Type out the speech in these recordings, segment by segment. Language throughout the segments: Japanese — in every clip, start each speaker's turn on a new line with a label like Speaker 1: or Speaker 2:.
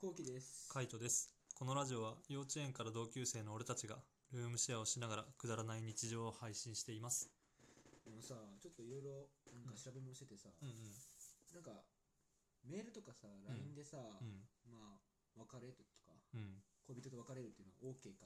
Speaker 1: こうきです。
Speaker 2: カイトです。このラジオは幼稚園から同級生の俺たちがルームシェアをしながらくだらない日常を配信しています。
Speaker 1: あのさ、ちょっといろいろなんか調べ物しててさ、
Speaker 2: うん
Speaker 1: なんかメールとかさ、LINE でさ、
Speaker 2: うん
Speaker 1: まあ別れるとか、
Speaker 2: うん
Speaker 1: 恋人と別れるっていうのは OK か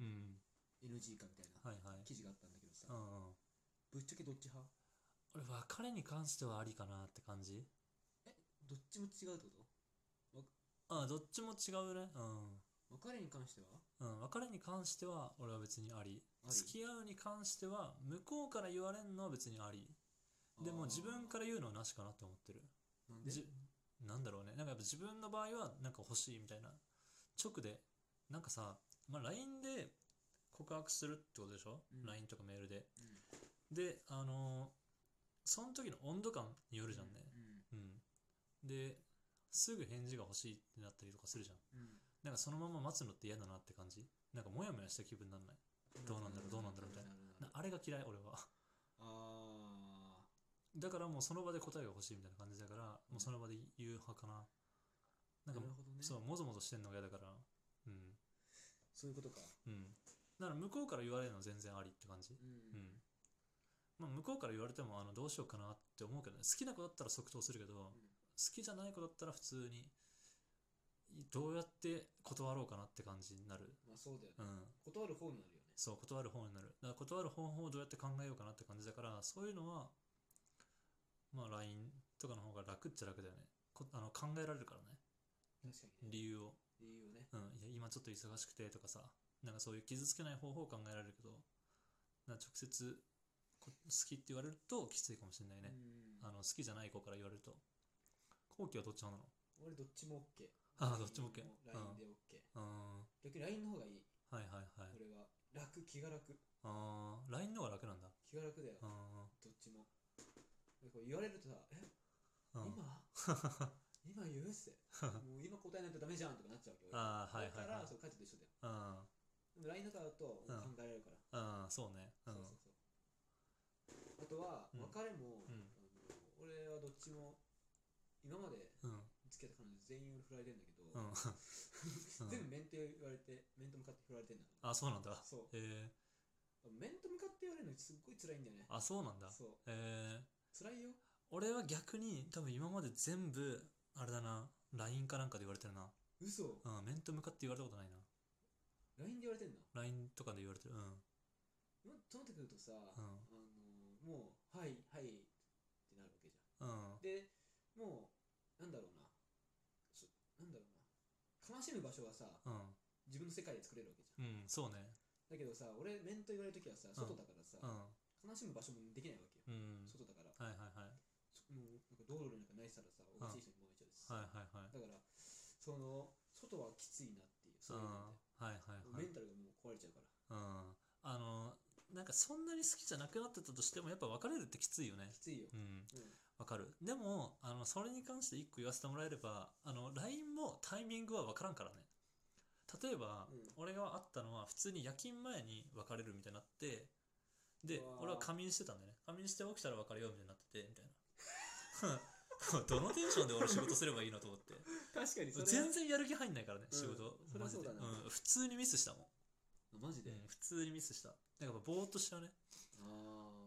Speaker 2: うん
Speaker 1: NG かみたいな
Speaker 2: はいはい。
Speaker 1: 記事があったんだけどさ
Speaker 2: う、んうん。
Speaker 1: ぶっちゃけどっち派
Speaker 2: 俺別れに関してはありかなって感じ。
Speaker 1: どっちも違うってこ
Speaker 2: ああどっちも違うね。う
Speaker 1: と別れに関しては
Speaker 2: んうん。別れに関しては俺は別にあり。
Speaker 1: あり。
Speaker 2: 付き合うに関しては向こうから言われんのは別にあり。でも自分からら言うのはなしかなって思ってる。
Speaker 1: なんで
Speaker 2: じなんだろうねなんかやっぱ自分の場合はなんか欲しいみたいな直でなんかさ、まあ、LINE で告白するってことでしょ、
Speaker 1: うん
Speaker 2: LINE とかメールで
Speaker 1: うん
Speaker 2: であのーその時の温度感によるじゃんね
Speaker 1: う
Speaker 2: うん、ですぐ返事が欲しいってなったりとかするじゃん
Speaker 1: ん。
Speaker 2: なんかそのまま待つのって嫌だなって感じなんかモヤモヤした気分になんないどうなんだろうどうなんだろうみたい
Speaker 1: な。
Speaker 2: なあれが嫌い俺は
Speaker 1: あ
Speaker 2: だからもうその場で答えが欲しいみたいな感じだからもうその場で言う派かな
Speaker 1: あ、
Speaker 2: なんか
Speaker 1: なるほどね。
Speaker 2: そう、もぞもぞしてんのが嫌だから。うん。
Speaker 1: そういうことか。
Speaker 2: うん。だから向こうから言われるのは全然ありって感じ。
Speaker 1: うん
Speaker 2: うん。まあ、向こうから言われてもあのどうしようかなって思うけどね。好きな子だったら即答するけど、好きじゃない子だったら普通に、いどうやって断ろうかなって感じになる。
Speaker 1: まあそうだよね。
Speaker 2: うん。
Speaker 1: 断る方になるよね。
Speaker 2: そう、断る方になる。だから断る方法をどうやって考えようかなって感じだから、そういうのは、まあ LINE とかの方が楽っちゃ楽だよね。こあの考えられるからね。
Speaker 1: 確かにね。
Speaker 2: 理由を。
Speaker 1: 理由をね。
Speaker 2: うん、いや今ちょっと忙しくてとかさなんかそういう傷つけない方法を考えられるけどな直接こ好きって言われるときついかもしれないね、
Speaker 1: うん
Speaker 2: あの好きじゃない子から言われると後期はどっち派
Speaker 1: 俺どっちも OK。
Speaker 2: あーどっちも OK
Speaker 1: ラインで OK。
Speaker 2: なのう
Speaker 1: 逆に LINE の方がいい。
Speaker 2: ーんはいはいはい
Speaker 1: 俺は楽、気が楽。
Speaker 2: あー LINE の方が楽なんだ
Speaker 1: 気が楽だよ
Speaker 2: う。ーん
Speaker 1: どっちも。でこう言われるとさ、え
Speaker 2: うん
Speaker 1: 今今言うっす。もう今答えないとダメじゃんとかなっちゃうわけど。
Speaker 2: あーはいはい
Speaker 1: だか
Speaker 2: はい
Speaker 1: ら、そう、家事と一緒だよ。
Speaker 2: うん
Speaker 1: でも LINE とかだと考
Speaker 2: うん
Speaker 1: えられるから。
Speaker 2: うんそうねうん
Speaker 1: そうそうそう。あとは、
Speaker 2: うん
Speaker 1: 別れも、
Speaker 2: うん
Speaker 1: あの俺はどっちも、今まで
Speaker 2: うん
Speaker 1: つけた彼女全員俺振られてんだけど、
Speaker 2: うん
Speaker 1: 全部面と言われて、面と向かって振られてんだから。
Speaker 2: あそうなんだ
Speaker 1: そう。
Speaker 2: えー、
Speaker 1: 面と向かって言われるのすっごい辛いんだよね。
Speaker 2: あそうなんだ
Speaker 1: そう。
Speaker 2: えー、
Speaker 1: 辛いよ。
Speaker 2: 俺は逆に多分今まで全部あれだな LINE かなんかで言われてるな
Speaker 1: 嘘。
Speaker 2: うん面と向かって言われたことないな
Speaker 1: LINE で言われてんだ。
Speaker 2: LINE とかで言われてるうん
Speaker 1: 今となってくるとさ、あのもう、はい、はいってなるわけじゃん。
Speaker 2: うん
Speaker 1: で、もう、なんだろうな。そなんだろうな。悲しむ場所はさ、
Speaker 2: うん
Speaker 1: 自分の世界で作れるわけじゃん。
Speaker 2: うんそうね
Speaker 1: だけどさ、俺、面と言われるときはさ、外だからさ、
Speaker 2: うん
Speaker 1: 悲しむ場所もできないわけよ。
Speaker 2: うん
Speaker 1: 外だから。
Speaker 2: はいはいはい
Speaker 1: そもうなんか道路になんか泣いてたらさ、おかしい人にも泣いちゃうしさ
Speaker 2: はいはいはい
Speaker 1: だから、その、外はきついなっていう、
Speaker 2: う
Speaker 1: そ
Speaker 2: ん
Speaker 1: ういうので。
Speaker 2: はいはいは
Speaker 1: メ
Speaker 2: い
Speaker 1: ンタルがもう壊れちゃうから。
Speaker 2: うんあのなんかそんなに好きじゃなくなってたとしてもやっぱ別れるってきついよね
Speaker 1: きついよ。
Speaker 2: うん
Speaker 1: うん。
Speaker 2: わかるでもあのそれに関して一個言わせてもらえればあの LINE もタイミングは分からんからね例えば、
Speaker 1: うん
Speaker 2: 俺が会ったのは普通に夜勤前に別れるみたいになってで
Speaker 1: うわー
Speaker 2: 俺は仮眠してたんだよね仮眠して起きたら別れようみたいになっててみたいな どのテンションで俺仕事すればいいのと思って
Speaker 1: 確かにそれ
Speaker 2: 全然やる気入んないからね、
Speaker 1: うん
Speaker 2: 仕事
Speaker 1: それは
Speaker 2: マジで
Speaker 1: そうだな
Speaker 2: うん、普通にミスしたもん、
Speaker 1: マジで、
Speaker 2: うん普通にミスしたなんかやっぱぼーっとしちゃうねあ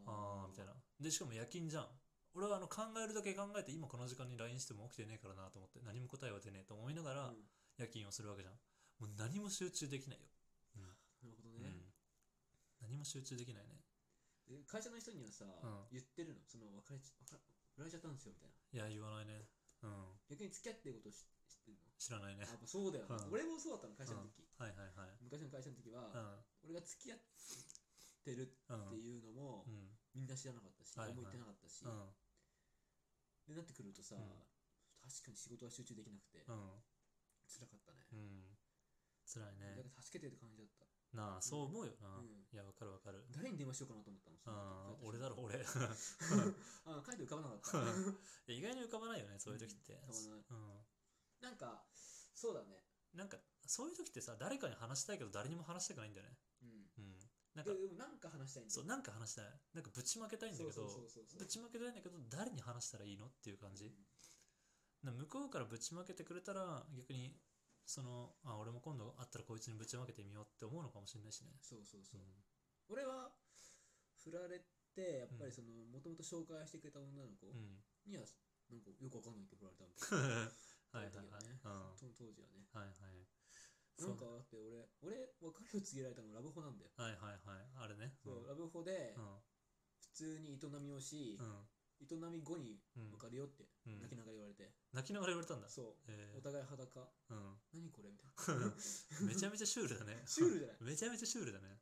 Speaker 1: あ
Speaker 2: ーみたい
Speaker 1: な
Speaker 2: なでしかも夜勤じゃん俺はあの考えるだけ考えて今この時間に LINE しても起きてねえからなと思って何も答えは出ねえと思いながら
Speaker 1: うん
Speaker 2: 夜勤をするわけじゃんもう何も集中できないよ、
Speaker 1: なるほど
Speaker 2: うん
Speaker 1: ね、
Speaker 2: 何も集中できないね
Speaker 1: で会社の人にはさ、
Speaker 2: ん
Speaker 1: 言ってるのその別れち別れ振られちゃったんですよみたいない
Speaker 2: や言わないねうん
Speaker 1: 逆に付き合ってることを知知ってるの
Speaker 2: 知らないね
Speaker 1: あやっぱそうだよ、ね
Speaker 2: うん
Speaker 1: 俺もそうだったの会社の時、
Speaker 2: はいはいはい
Speaker 1: 昔の会社の時
Speaker 2: う
Speaker 1: は、
Speaker 2: ん
Speaker 1: 俺が付き合ってる
Speaker 2: うん
Speaker 1: っていうのも、
Speaker 2: うん
Speaker 1: みんな知らなかったし、
Speaker 2: はいは
Speaker 1: 誰
Speaker 2: い
Speaker 1: も言ってなかったし、
Speaker 2: うん
Speaker 1: でなってくるとさ、
Speaker 2: うん
Speaker 1: 確かに仕事は集中できなくて、
Speaker 2: うん
Speaker 1: 辛かったね、
Speaker 2: うん辛い
Speaker 1: だ
Speaker 2: ね
Speaker 1: から助けてって感じだった
Speaker 2: なあそう思うよな、
Speaker 1: うん
Speaker 2: いやわかるわかる
Speaker 1: 誰に電話しようかなと思ったのその
Speaker 2: あ
Speaker 1: 時
Speaker 2: 俺だろ俺 い
Speaker 1: あ 書いて浮かばなかった
Speaker 2: や意外に浮かばないよねそういう時って、
Speaker 1: うん浮かばない
Speaker 2: うん
Speaker 1: なんか、そうだね。
Speaker 2: なんかそういう時ってさ誰かに話したいけど誰にも話したくないんだよね
Speaker 1: うん。
Speaker 2: うんなんか
Speaker 1: ででも、なんか話したいんだ
Speaker 2: そう
Speaker 1: よ。
Speaker 2: なんか話したいなんかぶちまけたいんだけ
Speaker 1: そう
Speaker 2: ど
Speaker 1: そうそうそう
Speaker 2: ぶちまけたいんだけど誰に話したらいいのっていう感
Speaker 1: う
Speaker 2: じ
Speaker 1: ん
Speaker 2: な向こうからぶちまけてくれたら逆にそのあ俺も今度会ったらこいつにぶちまけてみようって思うのかもしれないしね、
Speaker 1: そうそうそうう、
Speaker 2: ん、
Speaker 1: 俺は振られてやっぱ
Speaker 2: うん
Speaker 1: りそのもともと紹介してくれた女の子
Speaker 2: うん
Speaker 1: にはなんかよくわかんないけど振られたんだ
Speaker 2: はいはい
Speaker 1: だ
Speaker 2: はい、
Speaker 1: けどね
Speaker 2: うん、
Speaker 1: その当時はね
Speaker 2: はいはいそ
Speaker 1: な
Speaker 2: うん
Speaker 1: かだって俺俺別れを告げられたのラブホなんだよ
Speaker 2: はいはいはいあれね
Speaker 1: そう、
Speaker 2: ん
Speaker 1: ラブホで
Speaker 2: うん
Speaker 1: 普通に営みをし、
Speaker 2: うん
Speaker 1: 営み後に
Speaker 2: うん
Speaker 1: 別れようって
Speaker 2: うん
Speaker 1: 泣きながら言われて、
Speaker 2: 泣きながら言われたんだ
Speaker 1: そ
Speaker 2: え
Speaker 1: うお互い裸
Speaker 2: ーう
Speaker 1: 何これみたい な
Speaker 2: ん めちゃめちゃシュールだね
Speaker 1: シュールじゃない
Speaker 2: めちゃめちゃシュールだね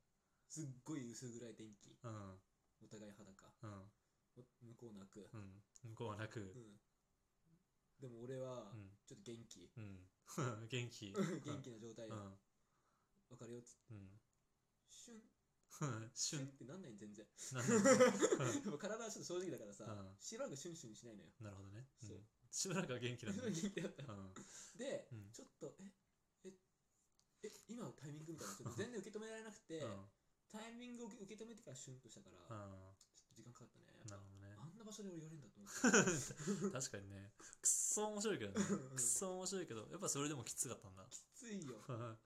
Speaker 1: すっごい薄暗い電気
Speaker 2: うん
Speaker 1: お互い裸
Speaker 2: うん
Speaker 1: お向こう泣く、
Speaker 2: うん向こうは泣く
Speaker 1: うんでも俺は
Speaker 2: うん
Speaker 1: ちょっと元気、
Speaker 2: うん元気
Speaker 1: 元気な状態
Speaker 2: う
Speaker 1: で
Speaker 2: ん
Speaker 1: 別れようっつって
Speaker 2: うん
Speaker 1: シュン
Speaker 2: うん
Speaker 1: シ
Speaker 2: シ
Speaker 1: ュ
Speaker 2: ュ
Speaker 1: ンっ
Speaker 2: ン
Speaker 1: てなんない全然
Speaker 2: なんだろう
Speaker 1: でも体はちょっと正直だからさ
Speaker 2: うん
Speaker 1: しばらくシュンシュンしないのよ
Speaker 2: なるほどねうん
Speaker 1: そう
Speaker 2: しばらくは元気なんだ ね
Speaker 1: 元気だった
Speaker 2: うん
Speaker 1: で、
Speaker 2: うん
Speaker 1: ちょっとえええ今のタイミングみたいなちょっと全然受け止められなくて、
Speaker 2: うん
Speaker 1: タイミングを受け受け止めてからシュンとしたから、
Speaker 2: う
Speaker 1: ちょっ
Speaker 2: ん
Speaker 1: と時間かかったね
Speaker 2: なるほどね
Speaker 1: あんな場所で俺言われるんだと思って
Speaker 2: 確かにねくっそ面白いけどね
Speaker 1: うん
Speaker 2: くっそ面白いけどやっぱそれでもきつかったんだ
Speaker 1: きついよだ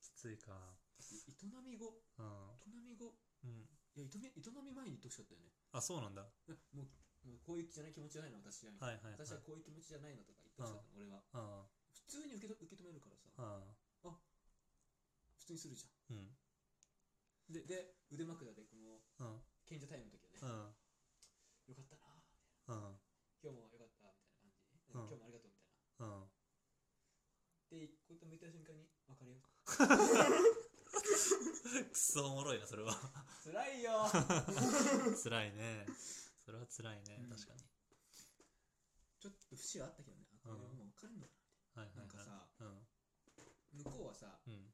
Speaker 2: きついか
Speaker 1: って営み後
Speaker 2: うん
Speaker 1: 営み後
Speaker 2: うん
Speaker 1: いや営み営み前に言ってほしかったよね
Speaker 2: あそうなんだ
Speaker 1: なもうもうこういう気じゃない気持ちじゃないの私じゃない、
Speaker 2: はいはいはい
Speaker 1: 私はこういう気持ちじゃないのとか言ってほしかったの、俺は
Speaker 2: うん
Speaker 1: 普通に受けと受け止めるからさ
Speaker 2: うん
Speaker 1: 普通にするじゃ
Speaker 2: うん
Speaker 1: んで腕枕でこの
Speaker 2: うん
Speaker 1: 賢者タイムの時はね、
Speaker 2: うん
Speaker 1: よかったなぁ
Speaker 2: うん
Speaker 1: 今日もよかったみたいな感じ、
Speaker 2: うん
Speaker 1: 今日もありがとうみたいな
Speaker 2: うん
Speaker 1: で、一個と向いた瞬間に、別れよう。
Speaker 2: くそおもろいなそれは
Speaker 1: 辛いよ
Speaker 2: 辛いねそれは辛いね
Speaker 1: うん
Speaker 2: 確かに
Speaker 1: ちょっと節はあったけどね。あ
Speaker 2: うん
Speaker 1: これもう別れんのか
Speaker 2: はい
Speaker 1: ななん
Speaker 2: はい
Speaker 1: かさ、
Speaker 2: はいうん
Speaker 1: 向こうはさ、
Speaker 2: うん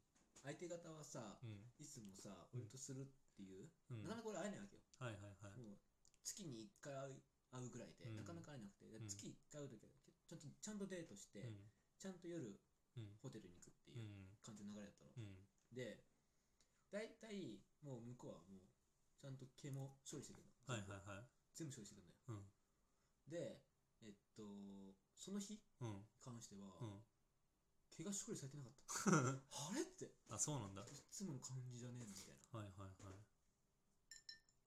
Speaker 1: 相手方はさ、
Speaker 2: うん
Speaker 1: いつもさ、
Speaker 2: うん
Speaker 1: 俺とするっていう、
Speaker 2: うん
Speaker 1: なかなか俺会えないわけよ。
Speaker 2: はいはいはい
Speaker 1: もう月に1回会う会うぐらいで、
Speaker 2: う
Speaker 1: な
Speaker 2: ん
Speaker 1: かなか会えなくて、で
Speaker 2: うん
Speaker 1: 月1回会うときはちゃんと、ちゃんとデートして、
Speaker 2: うん
Speaker 1: ちゃんと夜、
Speaker 2: うん
Speaker 1: ホテルに行くってい
Speaker 2: う
Speaker 1: うん感じの流れだったの。
Speaker 2: うん
Speaker 1: で、大体、もう向こうはもう、ちゃんと毛も処理してくれるの
Speaker 2: はいはいはい
Speaker 1: 全部処理してくれるのよ。
Speaker 2: うん
Speaker 1: で、えっと、その日に
Speaker 2: うん
Speaker 1: 関しては、
Speaker 2: うん
Speaker 1: 毛が処理されてなかった。 あれって、い
Speaker 2: あそうなんだはい
Speaker 1: つもの感じじゃねえなみたいな。っ
Speaker 2: はいはい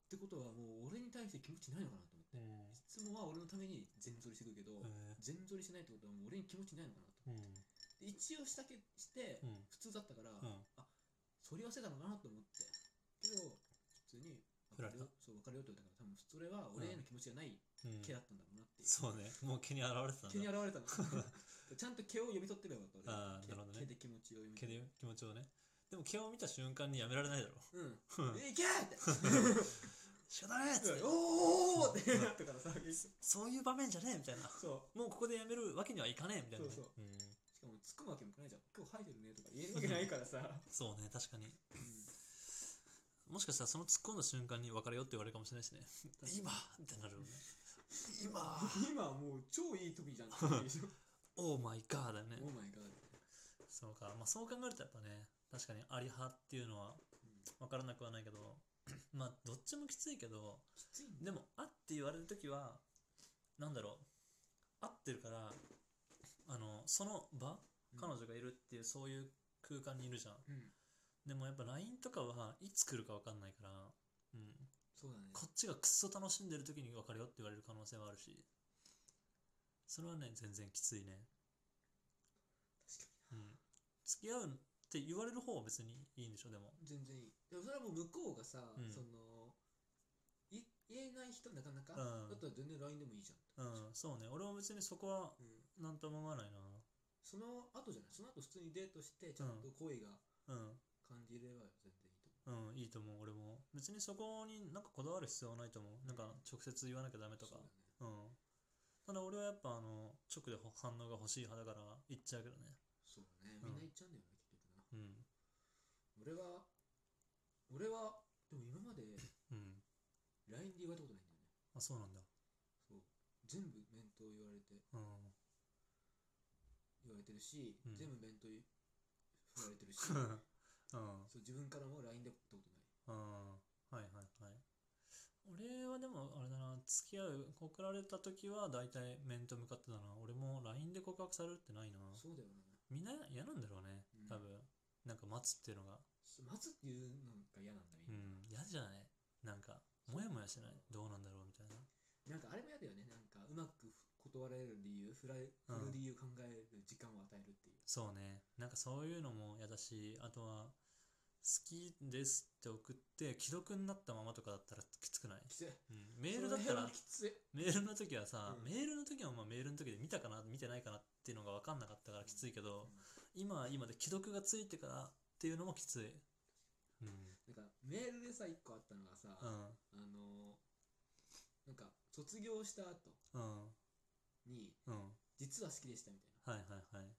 Speaker 1: てことは、もう俺に対して気持ちないのかなと思って。
Speaker 2: う
Speaker 1: い
Speaker 2: ん
Speaker 1: つもは俺のために全剃りしてくるけど、
Speaker 2: え
Speaker 1: 全剃りしてないってことは、もう俺に気持ちないのかなと。
Speaker 2: ーうん
Speaker 1: で一応したけして
Speaker 2: う、ん
Speaker 1: 普通だったから、
Speaker 2: うん
Speaker 1: 剃り忘れたのかなと思って。けど、普通に、
Speaker 2: 振られた
Speaker 1: そう、別れようって言ったから、多分それは俺への気持ちがない
Speaker 2: うん
Speaker 1: 毛だったんだろうなっていう。
Speaker 2: そうねもう毛に現れてたんだ
Speaker 1: 毛に現れたの。ちゃんと毛を読み取ってればよかった。俺
Speaker 2: あ
Speaker 1: 毛
Speaker 2: ーなるほどね
Speaker 1: 毛で気持ちを読み
Speaker 2: 毛
Speaker 1: 取って。
Speaker 2: で気持ちをねでも毛を見た瞬間にやめら れないだろ
Speaker 1: うん。
Speaker 2: うん
Speaker 1: いけー って
Speaker 2: 仕方ないっつって
Speaker 1: おーってなったからさ、結局
Speaker 2: そういう場面じゃねえみたいな
Speaker 1: そう。
Speaker 2: もうここでやめるわけにはいかねえみたいなね
Speaker 1: そうそ
Speaker 2: うん
Speaker 1: しかも突っ込むわけにもいかないじゃん。今日生えてるねとか言えるわけないから さ。
Speaker 2: そうね確かに
Speaker 1: うん
Speaker 2: もしかしたらその突っ込んだ瞬間に別れようって言われるかもしれないしね 今ってな るよね今
Speaker 1: 今はもう超いい時 じゃん。オ
Speaker 2: オーマイガーだよね
Speaker 1: ーマイガー
Speaker 2: そうかまあそう考えるとやっぱね確かにアリ派っていうのは分からなくはないけど まあどっちもきついけど
Speaker 1: きついんだ。
Speaker 2: でも「あ」って言われる時はなんだろう合ってるからあのその場彼女がいるっていうそういう空間にいるじゃん
Speaker 1: うん。
Speaker 2: でもやっぱ LINE とかはいつ来るか分かんないから、うん、
Speaker 1: そうだね。
Speaker 2: こっちがクッソ楽しんでる時に別れよって言われる可能性はあるしそれはね全然きついね、うん、付き合うって言われる方は別にいいんでしょでも
Speaker 1: 全然いい。でもそれはもう向こうがさ、
Speaker 2: うん
Speaker 1: その、い言えない人なかなか、
Speaker 2: うん
Speaker 1: だったら全然 LINE でもいいじゃ。
Speaker 2: うんんそうね俺も別にそこは
Speaker 1: うん
Speaker 2: なんとも思わない
Speaker 1: その後じゃない。その後普通にデートして、ちゃんと恋が
Speaker 2: なうん
Speaker 1: 感じれば全然いいと思う。
Speaker 2: うん、いいと思う、俺も。別にそこになんかこだわる必要はないと思う。なんか直接言わなきゃダメとか
Speaker 1: そう。だね
Speaker 2: うん。ただ俺はやっぱあの、直でほ反応が欲しい派だから言っちゃうけどね。
Speaker 1: そうだね、
Speaker 2: う
Speaker 1: み
Speaker 2: ん
Speaker 1: んな行っちゃうんだよね、結局な。
Speaker 2: うん。
Speaker 1: 俺は、俺は、でも今まで
Speaker 2: うん。
Speaker 1: LINE で言われたことないんだよね。
Speaker 2: あ、そうなんだ。
Speaker 1: そう。全部面と言われて、
Speaker 2: うん。
Speaker 1: 言われてるし、
Speaker 2: うん
Speaker 1: 全部面と振られてるし、
Speaker 2: う
Speaker 1: そ
Speaker 2: ん。
Speaker 1: う
Speaker 2: うん。
Speaker 1: 自分からも LINE で言ったことない。
Speaker 2: はいはいはい。俺はでもあれだな、付き合う、告られた時は大体面と向かってだな。俺も LINE で告白されるってないな。
Speaker 1: そうだよな。
Speaker 2: みんな嫌なんだろうね
Speaker 1: うん
Speaker 2: 多分、なんか待つっていうのが
Speaker 1: ちょっと待つっていうのが嫌なんだ
Speaker 2: う
Speaker 1: みん
Speaker 2: ん嫌じゃないなんかモヤモヤしないどうなんだろうみたいな
Speaker 1: な、なんかあれも嫌だよねなんかうまく断られる理由振られ振る理由考える時間を与えるっていう、
Speaker 2: そうねなんかそういうのも嫌だしあとは「好きです」って送って既読になったままとかだったらきつくない、
Speaker 1: きつい
Speaker 2: うん、メールだった
Speaker 1: それは
Speaker 2: ら
Speaker 1: きつい
Speaker 2: メールの時はさ、
Speaker 1: うん
Speaker 2: メールの時はまあメールの時で見たかな見てないかなっていうのが分かんなかったからきついけど、
Speaker 1: う
Speaker 2: 今は今で既読がついてからっていうのもきついうん
Speaker 1: んなんかメールでさ一個あったのがさ、
Speaker 2: う
Speaker 1: あ
Speaker 2: ん
Speaker 1: のなんか卒業した後
Speaker 2: うん
Speaker 1: に
Speaker 2: うん
Speaker 1: 実は好きでしたみたいな
Speaker 2: はいはいはい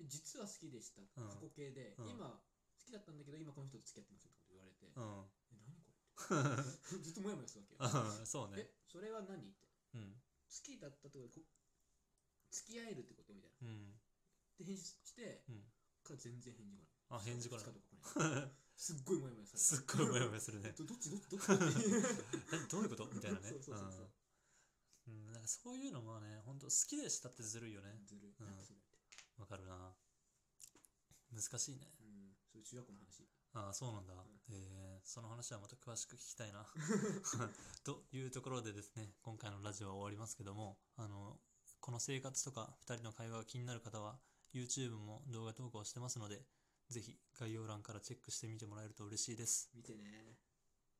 Speaker 1: え実は好きでした
Speaker 2: うん
Speaker 1: 過去形で、
Speaker 2: うん
Speaker 1: 今好きだったんだけど今この人と付き合ってますってこと言われて、
Speaker 2: う
Speaker 1: え
Speaker 2: ん
Speaker 1: 何これずっとモヤモヤするわけよ
Speaker 2: うん そうね
Speaker 1: えそれは何って
Speaker 2: うん
Speaker 1: 好きだったってことこ付き合えるってことみたいな
Speaker 2: うん
Speaker 1: で返信して
Speaker 2: うん
Speaker 1: から全然返事が
Speaker 2: あ返事から
Speaker 1: 二日とか来ないすっごいモヤモヤされ
Speaker 2: すっごいモヤモ
Speaker 1: ヤ
Speaker 2: ヤするね
Speaker 1: どどっちどっちどっちどっ ち
Speaker 2: えどういうことみたいなね
Speaker 1: そうそうそうそう
Speaker 2: うんうんなんかそういうのもね本当好きでしたってずるいよね
Speaker 1: ずるい
Speaker 2: うん
Speaker 1: なんかそれって
Speaker 2: わかるな難しいね
Speaker 1: うんそういう中学の話
Speaker 2: ああそうなんだ、
Speaker 1: う
Speaker 2: えーその話はまた詳しく聞きたいなというところでですね今回のラジオは終わりますけどもあのこの生活とか2人の会話が気になる方は YouTube も動画投稿してますのでぜひ概要欄からチェックしてみてもらえると嬉しいです
Speaker 1: 見てね